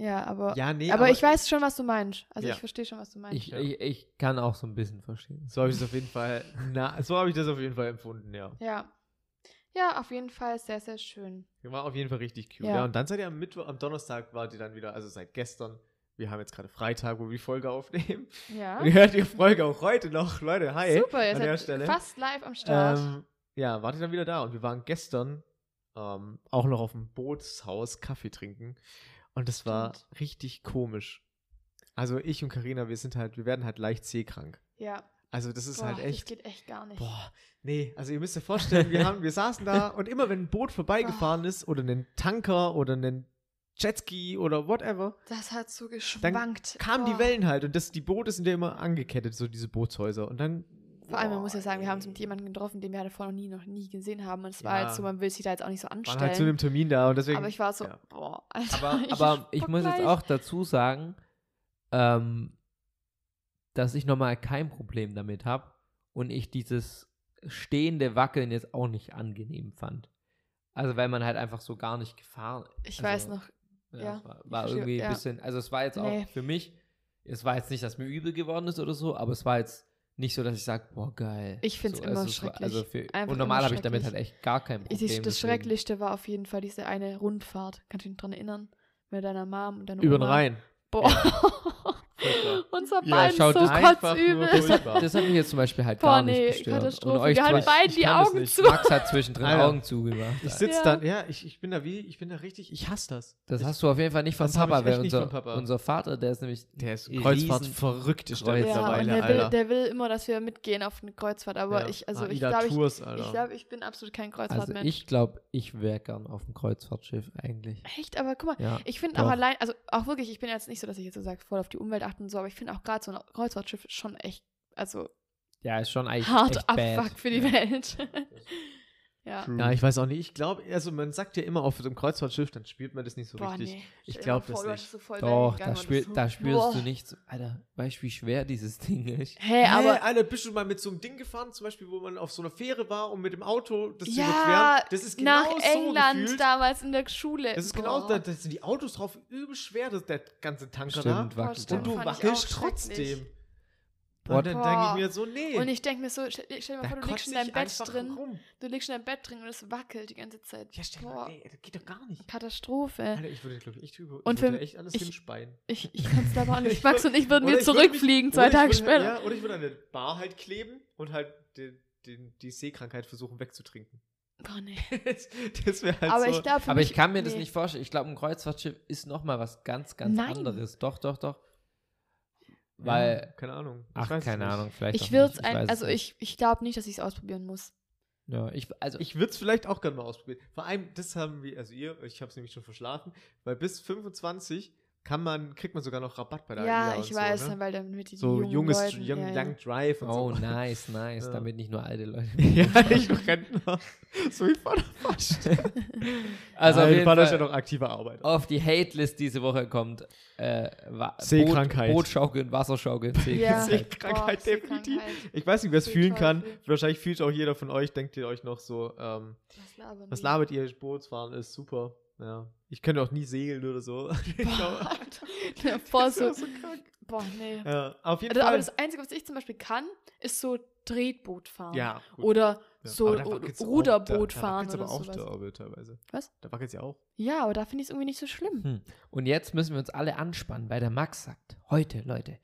Ja, aber, Ja, nee, aber, ich weiß schon, was du meinst. Also Ja. ich verstehe schon, was du meinst. Ich, Ja. ich, ich kann auch so ein bisschen verstehen. So habe ich das auf jeden Fall, na, so habe ich das auf jeden Fall empfunden, ja. ja. Ja, auf jeden Fall sehr, sehr schön. War auf jeden Fall richtig cute. Ja. Ja. und dann seid ihr am Mittwoch, am Donnerstag wart ihr dann wieder, also seit gestern, wir haben jetzt gerade Freitag, wo wir die Folge aufnehmen. Ja. Und ihr hört die Folge auch heute noch, Leute, hi. Super, ihr an der seid Stelle. fast live am Start. Ähm, ja, wart ihr dann wieder da und wir waren gestern ähm, auch noch auf dem Bootshaus Kaffee trinken und das war Stimmt. richtig komisch. Also ich und Karina, wir sind halt, wir werden halt leicht seekrank. ja. Also das ist Boah, halt echt. Das geht echt gar nicht. Boah, nee, also ihr müsst euch vorstellen, wir, haben, wir saßen da und immer wenn ein Boot vorbeigefahren ist oder ein Tanker oder ein Jetski oder whatever, Das hat so geschwankt. kamen die Boah. Wellen halt und das, die Boote sind ja immer angekettet, so diese Bootshäuser. Und dann. Vor allem, man boah, muss ja sagen, wir haben uns ey. mit jemandem getroffen, den wir halt vorher noch nie, noch nie gesehen haben. Und es war Ja. halt so, man will sich da jetzt auch nicht so waren anstellen. halt zu einem Termin da und deswegen. aber ich war so, ja. boah, Alter. Aber, aber ich spuck muss jetzt gleich. auch dazu sagen, ähm, dass ich nochmal kein Problem damit habe und ich dieses stehende Wackeln jetzt auch nicht angenehm fand. Also weil man halt einfach so gar nicht gefahren. Ich also, weiß noch, ja, es war, war ich verstehe, irgendwie ja. ein bisschen. Also es war jetzt auch Nee. für mich. Es war jetzt nicht, dass mir übel geworden ist oder so, aber es war jetzt nicht so, dass ich sage, boah geil. Ich find's so, immer es war- Also schrecklich. für, Einfach und normal immer habe ich damit halt schrecklich. echt gar kein Problem. ich, das deswegen- Schrecklichste war auf jeden Fall diese eine Rundfahrt. Kannst du dich dran erinnern? Mit deiner Mom und deiner über den Oma. Rhein. Boah. Furchtbar. Unser Ja, Bein schaut so das einfach nur kotzübel. durch. Das hat, das hat mich jetzt zum Beispiel halt Boah, gar nee, nicht gestört. Katastrophe. Und euch Wir halten zwei- beide die kann das Augen nicht. zu. Max hat zwischendrin Alter. Augen zugemacht. Ich sitze Ja. dann, ja, ich, ich bin da wie, ich bin da richtig, ich hasse das. das ich, hast du auf jeden Fall nicht von Das hab Papa, ich weil echt nicht unser, von Papa. unser Vater, der ist nämlich Der ist riesen- Kreuzfahrt verrückt ist der Ja, Ja, und mittlerweile, der will, Alter. der will immer, dass wir mitgehen auf eine Kreuzfahrt. Aber Ja. ich, also ich Aida glaube, ich, Tours, ich, Alter. glaub, ich bin absolut kein Also Kreuzfahrtmensch. ich glaube, ich wäre gern auf dem Kreuzfahrtschiff eigentlich. Echt, aber guck mal, Ja. Ich finde auch Doch. allein, also auch wirklich, ich bin jetzt nicht so, dass ich jetzt so sage, voll auf die Umwelt achten und so, aber ich finde auch gerade so ein Kreuzfahrtschiff ist schon echt, also Ja, ist schon eigentlich hart echt bad. Abfuck für die Welt. ja. ja, ich weiß auch nicht. Ich glaube, also man sagt ja immer auf dem Kreuzfahrtschiff, dann spielt man das nicht so Boah, richtig. nee. Ich Stell dir glaub das mal vor, du nicht. hast So voll Doch, weggegangen da, und spür, so, da spürst boah. du nichts. Alter, weißt du, wie schwer dieses Ding ist? Hä, aber Alter, bist du mal mit so einem Ding gefahren, zum Beispiel, wo man auf so einer Fähre war, um mit dem Auto das zu ja, überqueren? Das ist genau nach so England gefühlt. damals in der Schule. Das ist genau, Boah. da, da sind die Autos drauf übel schwer, das, der ganze Tanker Stimmt, Boah, wackelt. da. Und Stimmt, da. du fand ich wackelst auch schrecklich. trotzdem. Und dann denke ich Boah. mir so, nee. Und ich denke mir so, stell, stell dir mal da vor, du liegst kotzt in deinem ich Bett einfach drin. Rum. Du liegst in deinem Bett drin und es wackelt die ganze Zeit. Ja, stell dir Boah, mal, ey, das geht doch gar nicht. Katastrophe. Alter, ich würde, glaube ich, echt über. Und ich würde für- echt alles ich- hinspeien. Ich, ich kann es aber auch nicht. Ich Max würd- und ich würden Oder wir ich würd mich- zurückfliegen, oder zwei ich Tage würde später. halt- Ja, oder ich würde an der Bar halt kleben und halt den, den, die Seekrankheit versuchen wegzutrinken. Boah, nee. das das wäre halt aber so. ich glaube, Aber ich kann mir das nee. nicht vorstellen. Ich glaube, ein Kreuzfahrtschiff ist nochmal was ganz, ganz Nein. anderes. Doch, doch, doch. Ja, Weil, keine Ahnung. Ich ach, weiß es keine nicht. Ahnung, vielleicht. Ich auch würde nicht. es ein, weiß also nicht. ich, ich glaube nicht, dass ich es ausprobieren muss. Ja, ich, also, Ich würde es vielleicht auch gerne mal ausprobieren. Vor allem, das haben wir, also ihr, ich habe es nämlich schon verschlafen, weil bis 25 kann man, kriegt man sogar noch Rabatt bei der ja, AIDA und ich weiß, So, ne? weil dann mit den so jungen junges Leuten, young, ja, ja. young Drive und oh, so. nice, nice. Ja. Damit nicht nur alte Leute. ja, nicht nur Rentner. so wie Vater fast. Also, auf, jeden Vater ist ja Fall noch aktiver Arbeiter. auf die Hate-List diese Woche kommt: äh, Wa- Seekrankheit. Boot, Bootschaukeln, Wasserschaukeln, Ja. Seekrankheit. halt Krankheit, Boah, definitiv. Krankheit. Ich weiß nicht, wer es Viel fühlen kann. Teufel. Wahrscheinlich fühlt auch jeder von euch, denkt ihr euch noch so, ähm, Was labern was die? labert ihr, Bootsfahren ist super. Ja. Ich könnte auch nie segeln oder so. Ich glaub, Boah, Alter. Ja, voll das ist so. ja so krank. Boah, nee. Ja, auf jeden Also, aber Fall. das Einzige, was ich zum Beispiel kann, ist so Tretboot fahren. ja, gut. Oder Ja. so Aber da o- wackelt's auch- Ruderboot da, fahren Da wackelt's oder aber auch der sowas. Orbit teilweise. Was? Da wackelt es ja auch. Ja, aber da finde ich es irgendwie nicht so schlimm. Hm. Und jetzt müssen wir uns alle anspannen, weil der Max sagt: Heute, Leute,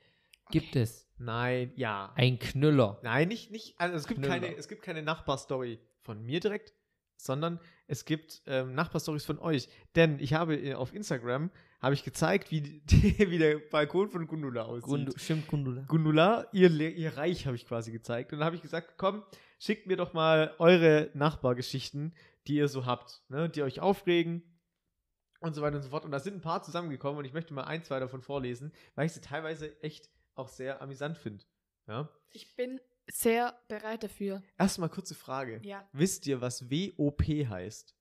gibt Okay. es Nein, ja. ein Knüller. Nein, nicht, nicht. Also es gibt Knüller. keine, es gibt keine Nachbarstory von mir direkt, sondern es gibt ähm, Nachbarstories von euch. Denn ich habe äh, auf Instagram habe ich gezeigt, wie, die, wie der Balkon von Gundula aussieht. Gundu, stimmt, Gundula. Gundula, ihr, Le- ihr Reich habe ich quasi gezeigt. Und dann habe ich gesagt, komm, schickt mir doch mal eure Nachbargeschichten, die ihr so habt, ne, die euch aufregen und so weiter und so fort. Und da sind ein paar zusammengekommen und ich möchte mal ein, zwei davon vorlesen, weil ich sie teilweise echt auch sehr amüsant finde. Ja? Ich bin sehr bereit dafür. Erstmal kurze Frage. Ja. Wisst ihr, was WOP heißt?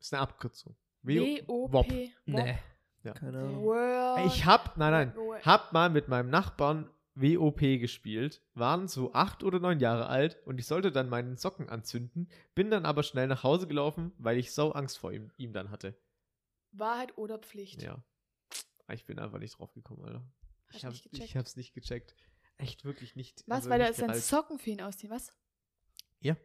Ist eine Abkürzung. WOP. W-O-P. Nee. Ja. Keine World. Ich hab, nein, nein, Wo- hab mal mit meinem Nachbarn WOP gespielt, waren so acht oder neun Jahre alt und ich sollte dann meinen Socken anzünden, bin dann aber schnell nach Hause gelaufen, weil ich sau Angst vor ihm, ihm dann hatte. Wahrheit oder Pflicht. Ja. Ah, Ich bin einfach nicht drauf gekommen, Alter. Hast Ich, du hab, nicht gecheckt? ich hab's nicht gecheckt. Echt wirklich nicht. Was? also weil da nicht ist ein gerallt. Socken für ihn ausziehen, was? Ja.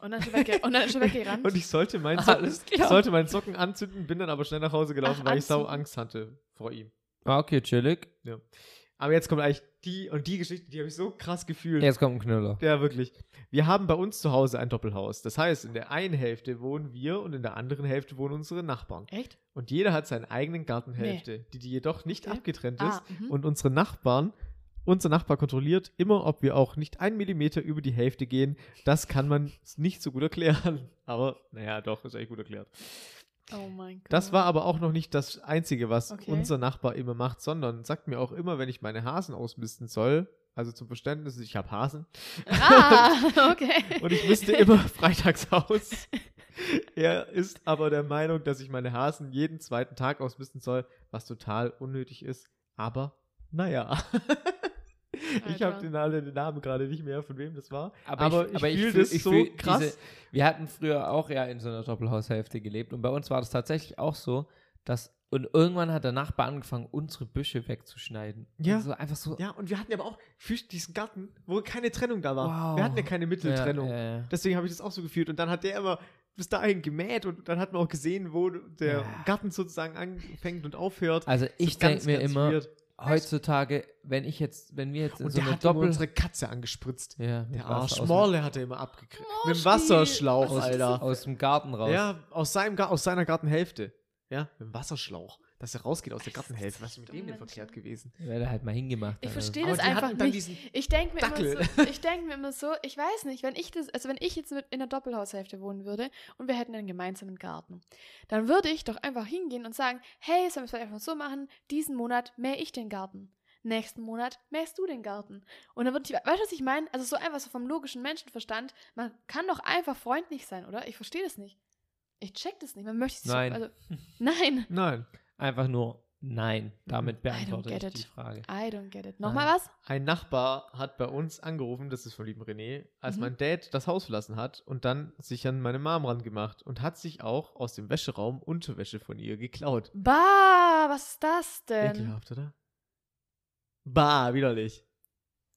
Und dann ist er, wegge und dann ist er weggerannt. Und ich sollte meinen, Socken, Alles ich klar. sollte meinen Socken anzünden, bin dann aber schnell nach Hause gelaufen, Ach, weil ich sau anzünden. Angst hatte vor ihm. Ah, Okay, chillig. Aber jetzt kommt eigentlich die und die Geschichte, die habe ich so krass gefühlt. Jetzt kommt ein Knüller. Ja, wirklich. Wir haben bei uns zu Hause ein Doppelhaus. Das heißt, in der einen Hälfte wohnen wir und in der anderen Hälfte wohnen unsere Nachbarn. Echt? Und jeder hat seinen eigenen Gartenhälfte, die, die jedoch nicht Okay. abgetrennt ist. Ah, mhm. Und unsere Nachbarn, unser Nachbar kontrolliert immer, ob wir auch nicht einen Millimeter über die Hälfte gehen. Das kann man nicht so gut erklären. Aber naja, doch, ist eigentlich gut erklärt. oh mein Gott. Das war aber auch noch nicht das Einzige, was Okay. unser Nachbar immer macht, sondern sagt mir auch immer, wenn ich meine Hasen ausmisten soll, also zum Verständnis, ich habe Hasen, Ah, okay. und ich müsste immer freitags aus. Er ist aber der Meinung, dass ich meine Hasen jeden zweiten Tag ausmisten soll, was total unnötig ist. Aber naja. Ich habe Alter. den, alle- den Namen gerade nicht mehr, von wem das war. Aber, Aber ich fühl das so krass. Diese, wir hatten früher auch ja in so einer Doppelhaushälfte gelebt und bei uns war das tatsächlich auch so, dass und irgendwann hat der Nachbar angefangen, unsere Büsche wegzuschneiden. Ja. Und so einfach so. Ja, und wir hatten aber auch für diesen Garten, wo keine Trennung da war. Wow. Wir hatten ja keine Mitteltrennung. Ja, ja. Deswegen habe ich das auch so gefühlt. Und dann hat der immer bis dahin gemäht und dann hat man auch gesehen, wo der Ja. Garten sozusagen anfängt und aufhört. Also ich ganz, denke mir ganz immer, weird. heutdotage, wenn ich jetzt, wenn wir jetzt in Und so der eine hat immer Doppel. unsere Katze angespritzt. Ja, mit Der Wasser Arsch. aus dem- Morle hat er immer abgekriegt. Mit dem Morschi. Wasserschlauch, aus, Alter. aus dem Garten raus. Ja, aus, seinem, Gar- aus seiner Gartenhälfte. Ja, mit dem Wasserschlauch. Dass er rausgeht aus der Das ist Gartenhälfte. Was ist echt mit dem denn unmenschlich. verkehrt gewesen? Wäre da halt mal hingemacht. Ich Alter. verstehe das äh, die einfach hatten dann nicht. diesen. Ich denke mir, Dackel. immer so- ich denk mir immer so, ich weiß nicht, wenn ich das, also wenn ich jetzt mit in der Doppelhaushälfte wohnen würde und wir hätten einen gemeinsamen Garten, dann würde ich doch einfach hingehen und sagen, hey, sollen wir es vielleicht einfach so machen, diesen Monat mähe ich den Garten. Nächsten Monat mähst du den Garten. Und dann würde ich, weißt du, was ich meine? Also so einfach so vom logischen Menschenverstand, man kann doch einfach freundlich sein, oder? Ich verstehe das nicht. Ich check das nicht. Man möchte es Nein. So, also, nein. Nein. Einfach nur nein. Damit beantworte get ich it. Ah. die Frage. I don't get it. Nochmal Nein. was? Ein Nachbar hat bei uns angerufen, das ist von lieben René, als Mhm. mein Dad das Haus verlassen hat und dann sich an meine Mom ran gemacht und hat sich auch aus dem Wäscheraum Unterwäsche von ihr geklaut. Bah, was ist das denn? Ekelhaft, oder? Bah, widerlich.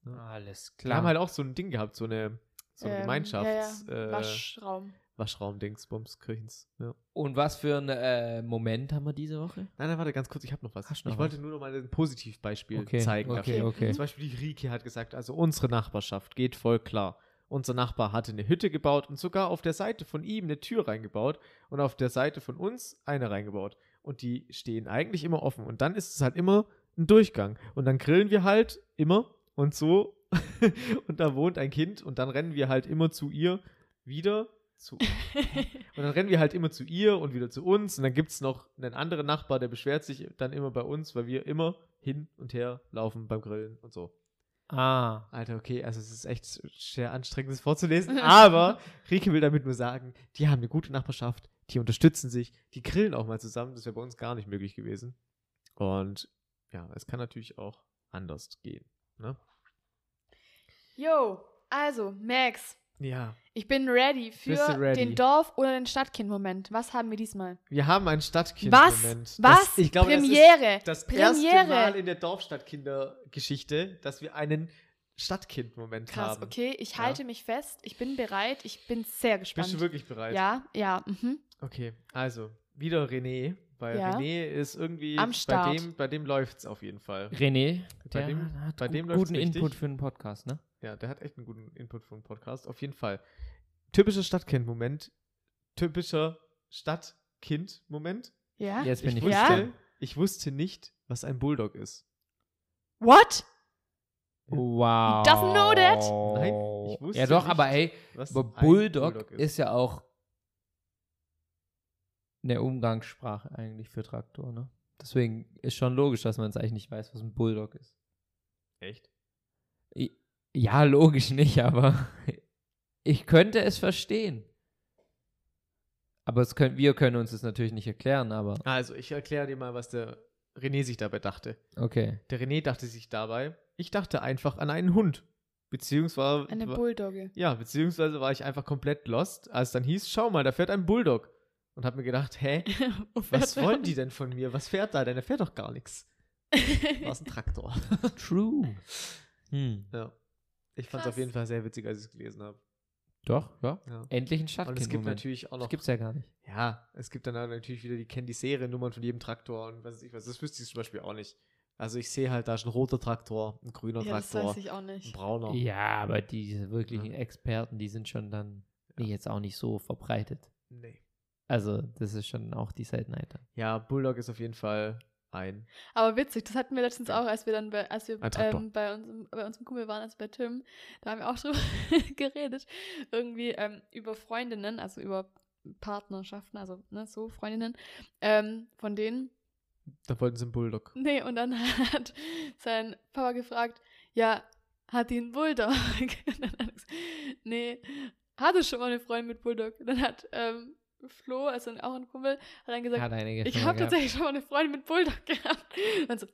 Alles Wir haben klar. halt auch so ein Ding gehabt, so eine so ein Ähm, Gemeinschafts ja, ja. äh, Waschraum. Waschraum-Dings, Bums, Kirchens. Ja. Und was für einen äh, Moment haben wir diese Woche? Nein, nein, warte, ganz kurz, ich habe noch was. Hast ich du noch wollte nur noch mal ein Positivbeispiel Okay, zeigen. okay, dafür. okay. Zum Beispiel die Rike hat gesagt, also unsere Nachbarschaft geht voll klar. Unser Nachbar hatte eine Hütte gebaut und sogar auf der Seite von ihm eine Tür reingebaut und auf der Seite von uns eine reingebaut. Und die stehen eigentlich immer offen. Und dann ist es halt immer ein Durchgang. Und dann grillen wir halt immer und so. und da wohnt ein Kind und dann rennen wir halt immer zu ihr wieder zu und dann rennen wir halt immer zu ihr und wieder zu uns. Und dann gibt es noch einen anderen Nachbar, der beschwert sich dann immer bei uns, weil wir immer hin und her laufen beim Grillen und so. Ah. Alter, okay, also es ist echt sehr anstrengend, das vorzulesen. Aber Rike will damit nur sagen, die haben eine gute Nachbarschaft, die unterstützen sich, die grillen auch mal zusammen. Das wäre bei uns gar nicht möglich gewesen. Und ja, es kann natürlich auch anders gehen. Yo, also, Max, Ja. ich bin ready für Bist du ready? den Dorf- oder den Stadtkind-Moment. Was haben wir diesmal? Wir haben einen Stadtkind. Was? Was? ich glaube, das ist Premiere! Das Premiere! erste Mal in der Dorfstadtkindergeschichte, dass wir einen Stadtkind-Moment Krass, haben. okay, ich Ja. halte mich fest, ich bin bereit, ich bin sehr gespannt. Bist du wirklich bereit? Ja, ja, mhm. Okay, also wieder René, weil Ja. René ist irgendwie Am bei Start. dem, bei dem läuft's auf jeden Fall. René, Bei der dem- hat bei gu- dem läuft's guten Input richtig. für den Podcast, ne? Ja, der hat echt einen guten Input vom Podcast, auf jeden Fall. Typischer Stadtkind-Moment. Typischer Stadtkind-Moment. Ja? Jetzt bin ich, wusste, gespannt. ich wusste nicht, was ein Bulldog ist. What? Wow. Doesn't know that. Nein, ich wusste Ja doch, nicht, aber hey, Was aber ein Bulldog, ist. ja auch eine Umgangssprache eigentlich für Traktor, ne? Deswegen ist schon logisch, dass man es eigentlich nicht weiß, was ein Bulldog ist. Echt? I- Ja, logisch nicht, aber ich könnte es verstehen. Aber es können, wir können uns das natürlich nicht erklären, aber Also, ich erkläre dir mal, was der René sich dabei dachte. okay. Der René dachte sich dabei, ich dachte einfach an einen Hund. Beziehungsweise, Eine Bulldogge. ja, beziehungsweise war ich einfach komplett lost, als dann hieß, schau mal, da fährt ein Bulldog. Und hab mir gedacht, hä, was wollen die denn von mir? Was fährt da denn? Der fährt doch gar nichts. War ein Traktor. True. Hm. Ja. Ich fand es Krass. auf jeden Fall sehr witzig, als ich es gelesen habe. Doch, ja. Ja. Endlich ein Und es gibt Stadtkind-Moment. natürlich auch Das noch, gibt's ja gar nicht. ja, es gibt dann auch natürlich wieder die Candy-Seriennummern von jedem Traktor und was weiß ich was. Das wüsste ich zum Beispiel auch nicht. Also ich sehe halt, da ist ein roter Traktor, ein grüner Ja, das Traktor, weiß ich auch nicht. ein brauner. Ja, aber diese wirklichen Ja. Experten, die sind schon dann nee, jetzt auch nicht so verbreitet. Nee. Also, das ist schon auch die Side Nighter. Ja, Bulldog ist auf jeden Fall ein. Aber witzig, das hatten wir letztens auch, als wir dann bei, als wir Ein Traktor. ähm, bei, unserem, bei unserem Kumpel waren, als bei Tim, da haben wir auch drüber geredet, irgendwie ähm, über Freundinnen, also über Partnerschaften, also ne, so Freundinnen, ähm, von denen. Da wollten sie einen Bulldog. Nee, und dann hat sein Papa gefragt, ja, hat die einen Bulldog? Und dann hat er gesagt, nee, hatte schon mal eine Freundin mit Bulldog. Und dann hat ähm, Flo, also auch ein Kumpel, hat dann gesagt, Hat einige ich schon mal habe gehabt. tatsächlich schon mal eine Freundin mit Bulldog gehabt. Und so,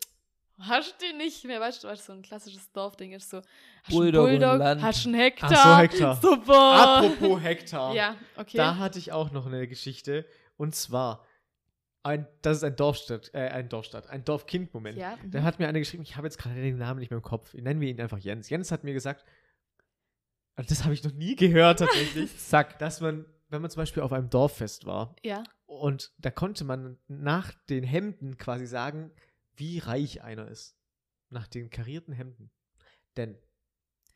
hast du die nicht mehr? Weißt du, was so ein klassisches Dorfding ist? So, hast du einen Bulldog und Bulldog, Land. hast du einen Hektar? Ach so, Hektar. Super. Apropos Hektar. Ja, okay. Da hatte ich auch noch eine Geschichte. Und zwar, ein, das ist ein Dorfstadt, äh, ein Dorfstadt, ein Dorfkind-Moment. ja, Da mhm. hat mir einer geschrieben, ich habe jetzt gerade den Namen nicht mehr im Kopf. Nennen wir ihn einfach Jens. Jens hat mir gesagt, und das habe ich noch nie gehört tatsächlich, Zack. dass man, wenn man zum Beispiel auf einem Dorffest war ja. und da konnte man nach den Hemden quasi sagen, wie reich einer ist. Nach den karierten Hemden. Denn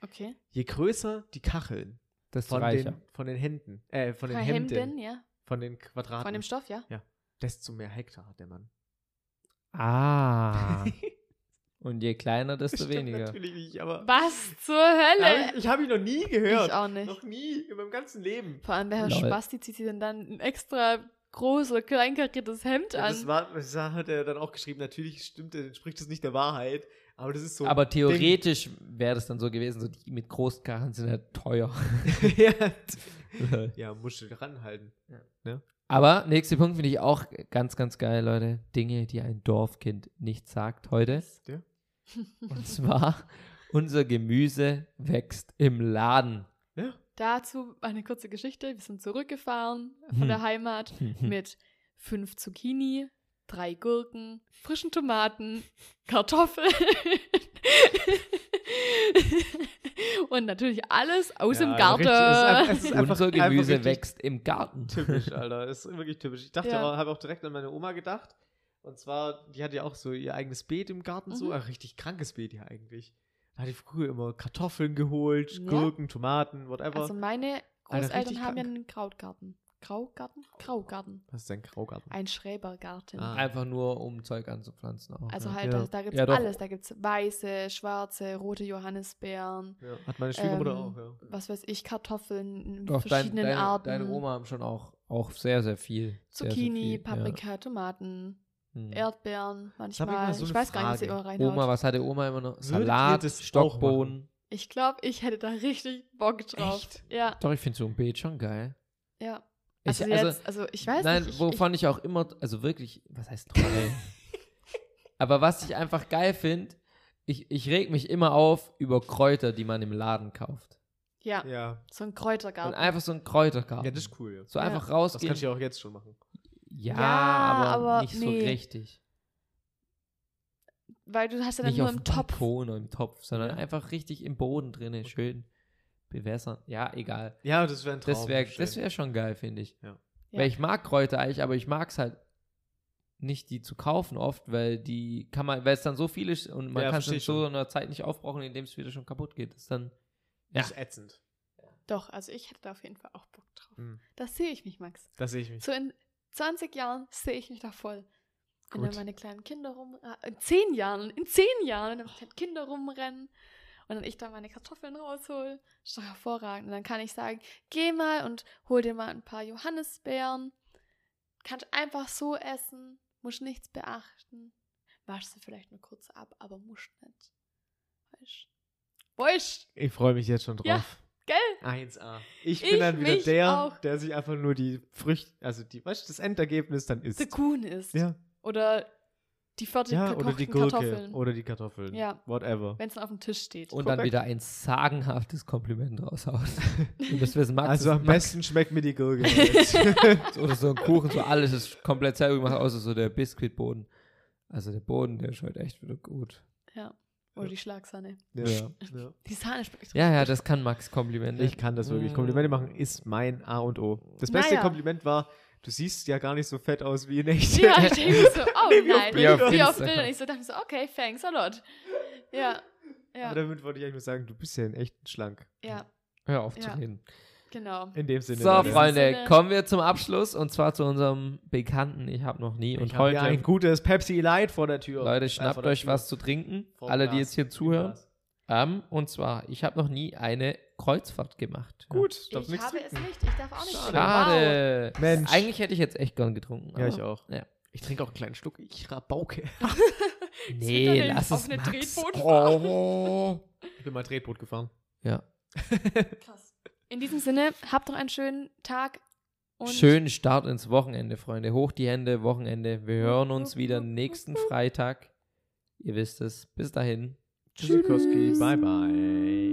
okay. Je größer die Kacheln Das ist von reicher. den, von den Händen, äh, von den Von Hemden, Hemden, ja. von den Quadraten, Von dem Stoff, ja. desto mehr Hektar hat der Mann. Ah. Und je kleiner, desto Stimmt weniger. natürlich nicht, aber Was zur hab Hölle? ich, ich habe ihn noch nie Ich gehört. auch nicht. Noch nie in meinem ganzen Leben. Vor allem, der Lol. Spasti zieht sich denn dann ein extra groß oder kleinkariertes Hemd Ja, das, an. war, das hat er dann auch geschrieben, natürlich stimmt, er- entspricht das nicht der Wahrheit, aber das ist so. ein Aber Ding. theoretisch wäre das dann so gewesen, so die mit großen Karren sind halt teuer. ja. ja, musst du ranhalten. ne? Aber nächster Punkt finde ich auch ganz, ganz geil, Leute. Dinge, die ein Dorfkind nicht sagt heute. Ja. Und zwar, unser Gemüse wächst im Laden. Dazu eine kurze Geschichte. Wir sind zurückgefahren von der Hm. Heimat mit fünf Zucchini, drei Gurken, frischen Tomaten, Kartoffeln Und natürlich alles aus dem Ja, Garten. richtig, es ist ein- es ist einfach- Unser einfach Gemüse richtig wächst im Garten. Typisch, Alter. Ist wirklich typisch. Ich dachte, Ja. aber, habe auch direkt an meine Oma gedacht. Und zwar, die hatte ja auch so ihr eigenes Beet im Garten, so Mhm. ein richtig krankes Beet ja eigentlich. Da hatte ich früher immer Kartoffeln geholt, Ja. Gurken, Tomaten, whatever. also meine Alter, Großeltern richtig haben ja krank. einen Krautgarten. Graugarten? Graugarten. Was ist denn Graugarten? Ein Schrebergarten. Ah. Einfach nur, um Zeug anzupflanzen. Auch, Also ne? halt, Ja. da, da gibt es Ja, doch. alles. Da gibt es weiße, schwarze, rote Johannisbeeren, Ja. Hat meine Schwiegermutter ähm, auch, ja. was weiß ich, Kartoffeln in Doch, dein, verschiedenen deine, Arten. deine Oma haben schon auch, auch sehr, sehr viel. Zucchini, sehr, sehr viel, Paprika, Tomaten, Ja. Hm. Erdbeeren, ich mal manchmal. Ich, so eine weiß gar nicht, was ihr Frage. immer reinhaut. Oma, was hatte Oma immer noch? Würdet ihr Salat, das auch Stockbohnen. Ich glaube, ich hätte da richtig Bock drauf. Echt? Ja, Doch, ich finde so ein Beet schon geil. ja. Ich- Also, jetzt, also ich weiß nein, nicht. ich- wovon ich, auch immer, also wirklich, was heißt toll? Aber was ich einfach geil finde, ich, ich reg mich immer auf über Kräuter, die man im Laden kauft. ich, ja, Ja. so ein Und Kräutergarten. einfach so ein Kräutergarten. Ja, das ist cool. Ja. So einfach Das kann rausgehen. ich ja auch jetzt schon machen. ja, Ja, aber, aber nicht nee. so richtig. weil du hast ja dann Nicht nur auf im dem Topf. Balkon oder im Topf, sondern einfach richtig im Boden drinne, schön bewässern. Ja, egal. Ja, das wäre ein Traum. Das wäre das verstehe. wär schon geil, finde ich. Ja. Ja. Weil ich mag Kräuter eigentlich, aber ich mag es halt nicht, die zu kaufen oft, weil die kann man, weil es dann so viel ist und man Ja, kann es versteh in ich so schon. einer Zeit nicht aufbrauchen, indem es wieder schon kaputt geht. Das ist dann, Das Ja. ist ätzend. Doch, also ich hätte da auf jeden Fall auch Bock drauf. Mhm. Das sehe ich mich, Max. Da sehe ich mich. So in 20 Jahren sehe ich mich da voll. Wenn Gut. dann meine kleinen Kinder rumrennen, in 10 Jahren, in 10 Jahren, wenn dann meine kleinen Kinder rumrennen und dann ich da meine Kartoffeln raushol, ist doch hervorragend. Und dann kann ich sagen, geh mal und hol dir mal ein paar Johannisbeeren. Kannst einfach so essen, musst nichts beachten. Waschst du vielleicht nur kurz ab, aber musst nicht. Weißt du? Weißt Ich freue mich jetzt schon drauf. Ja. Gell? 1A. Ich Ich bin dann wieder mich der, auch. der sich einfach nur die Früchte, also die, weißt du, das Endergebnis dann du, der isst. Kuchen ist. Ja, Oder die fertig ja gekochten oder die Gurke Kartoffeln. oder die Kartoffeln. Ja. Whatever. Wenn es dann auf dem Tisch steht. und dann Korrekt. wieder ein sagenhaftes Kompliment raushaut. Ihr müsst wissen, Max also ist, am Max besten schmeckt mir die Gurke. jetzt. oder so ein Kuchen, so alles ist komplett selber gemacht, außer so der Biskuitboden. Also der Boden, der ist heute echt wieder gut. Oder die Schlagsahne. ja. Ja. Die Sahne schmeckt Ja, ja, das kann Max Komplimente. Ich kann das wirklich. Mm. Komplimente machen ist mein A und O. Das beste Naja. Kompliment war, du siehst ja gar nicht so fett aus wie in echt. Ja, ich denke mir so, oh Wie auf Bildern. nein. Wie auf Instagram. Bildern. Ich so, dachte mir so, okay, thanks a lot. Ja, ja, Aber damit wollte ich eigentlich nur sagen, du bist ja in echt schlank. ja, Hör auf Ja. zu reden. genau. In dem Sinne. So, diesem Freunde, Sinne- kommen wir zum Abschluss und zwar zu unserem Bekannten. Ich habe noch nie Und und ich heute heute ja ein gutes Pepsi Light vor der Tür. Leute, Äh, schnappt vor der euch Tür. was zu trinken. Vom Alle, die Glas. jetzt hier zuhören. Glas. Ähm, und zwar, ich habe noch nie eine Kreuzfahrt gemacht. Gut, Ich habe nichts es trinken. nicht. Ich darf auch nicht. Ja. Schade. trinken. Wow. Schade. Mensch. Eigentlich hätte ich jetzt echt gern getrunken. Ja, aber- ich auch. Ja. Ich trinke auch einen kleinen Schluck. Ich rabauke. wird Nee, doch eine lass es offene Max. Tretbootfahrt. Oh. Ich bin mal Tretboot gefahren. Ja. Krass. In diesem Sinne, habt noch einen schönen Tag. Und Schönen Start ins Wochenende, Freunde. Hoch die Hände, Wochenende. Wir hören uns wieder nächsten Freitag. Ihr wisst es. Bis dahin. Tschüssikowski. Bye, bye.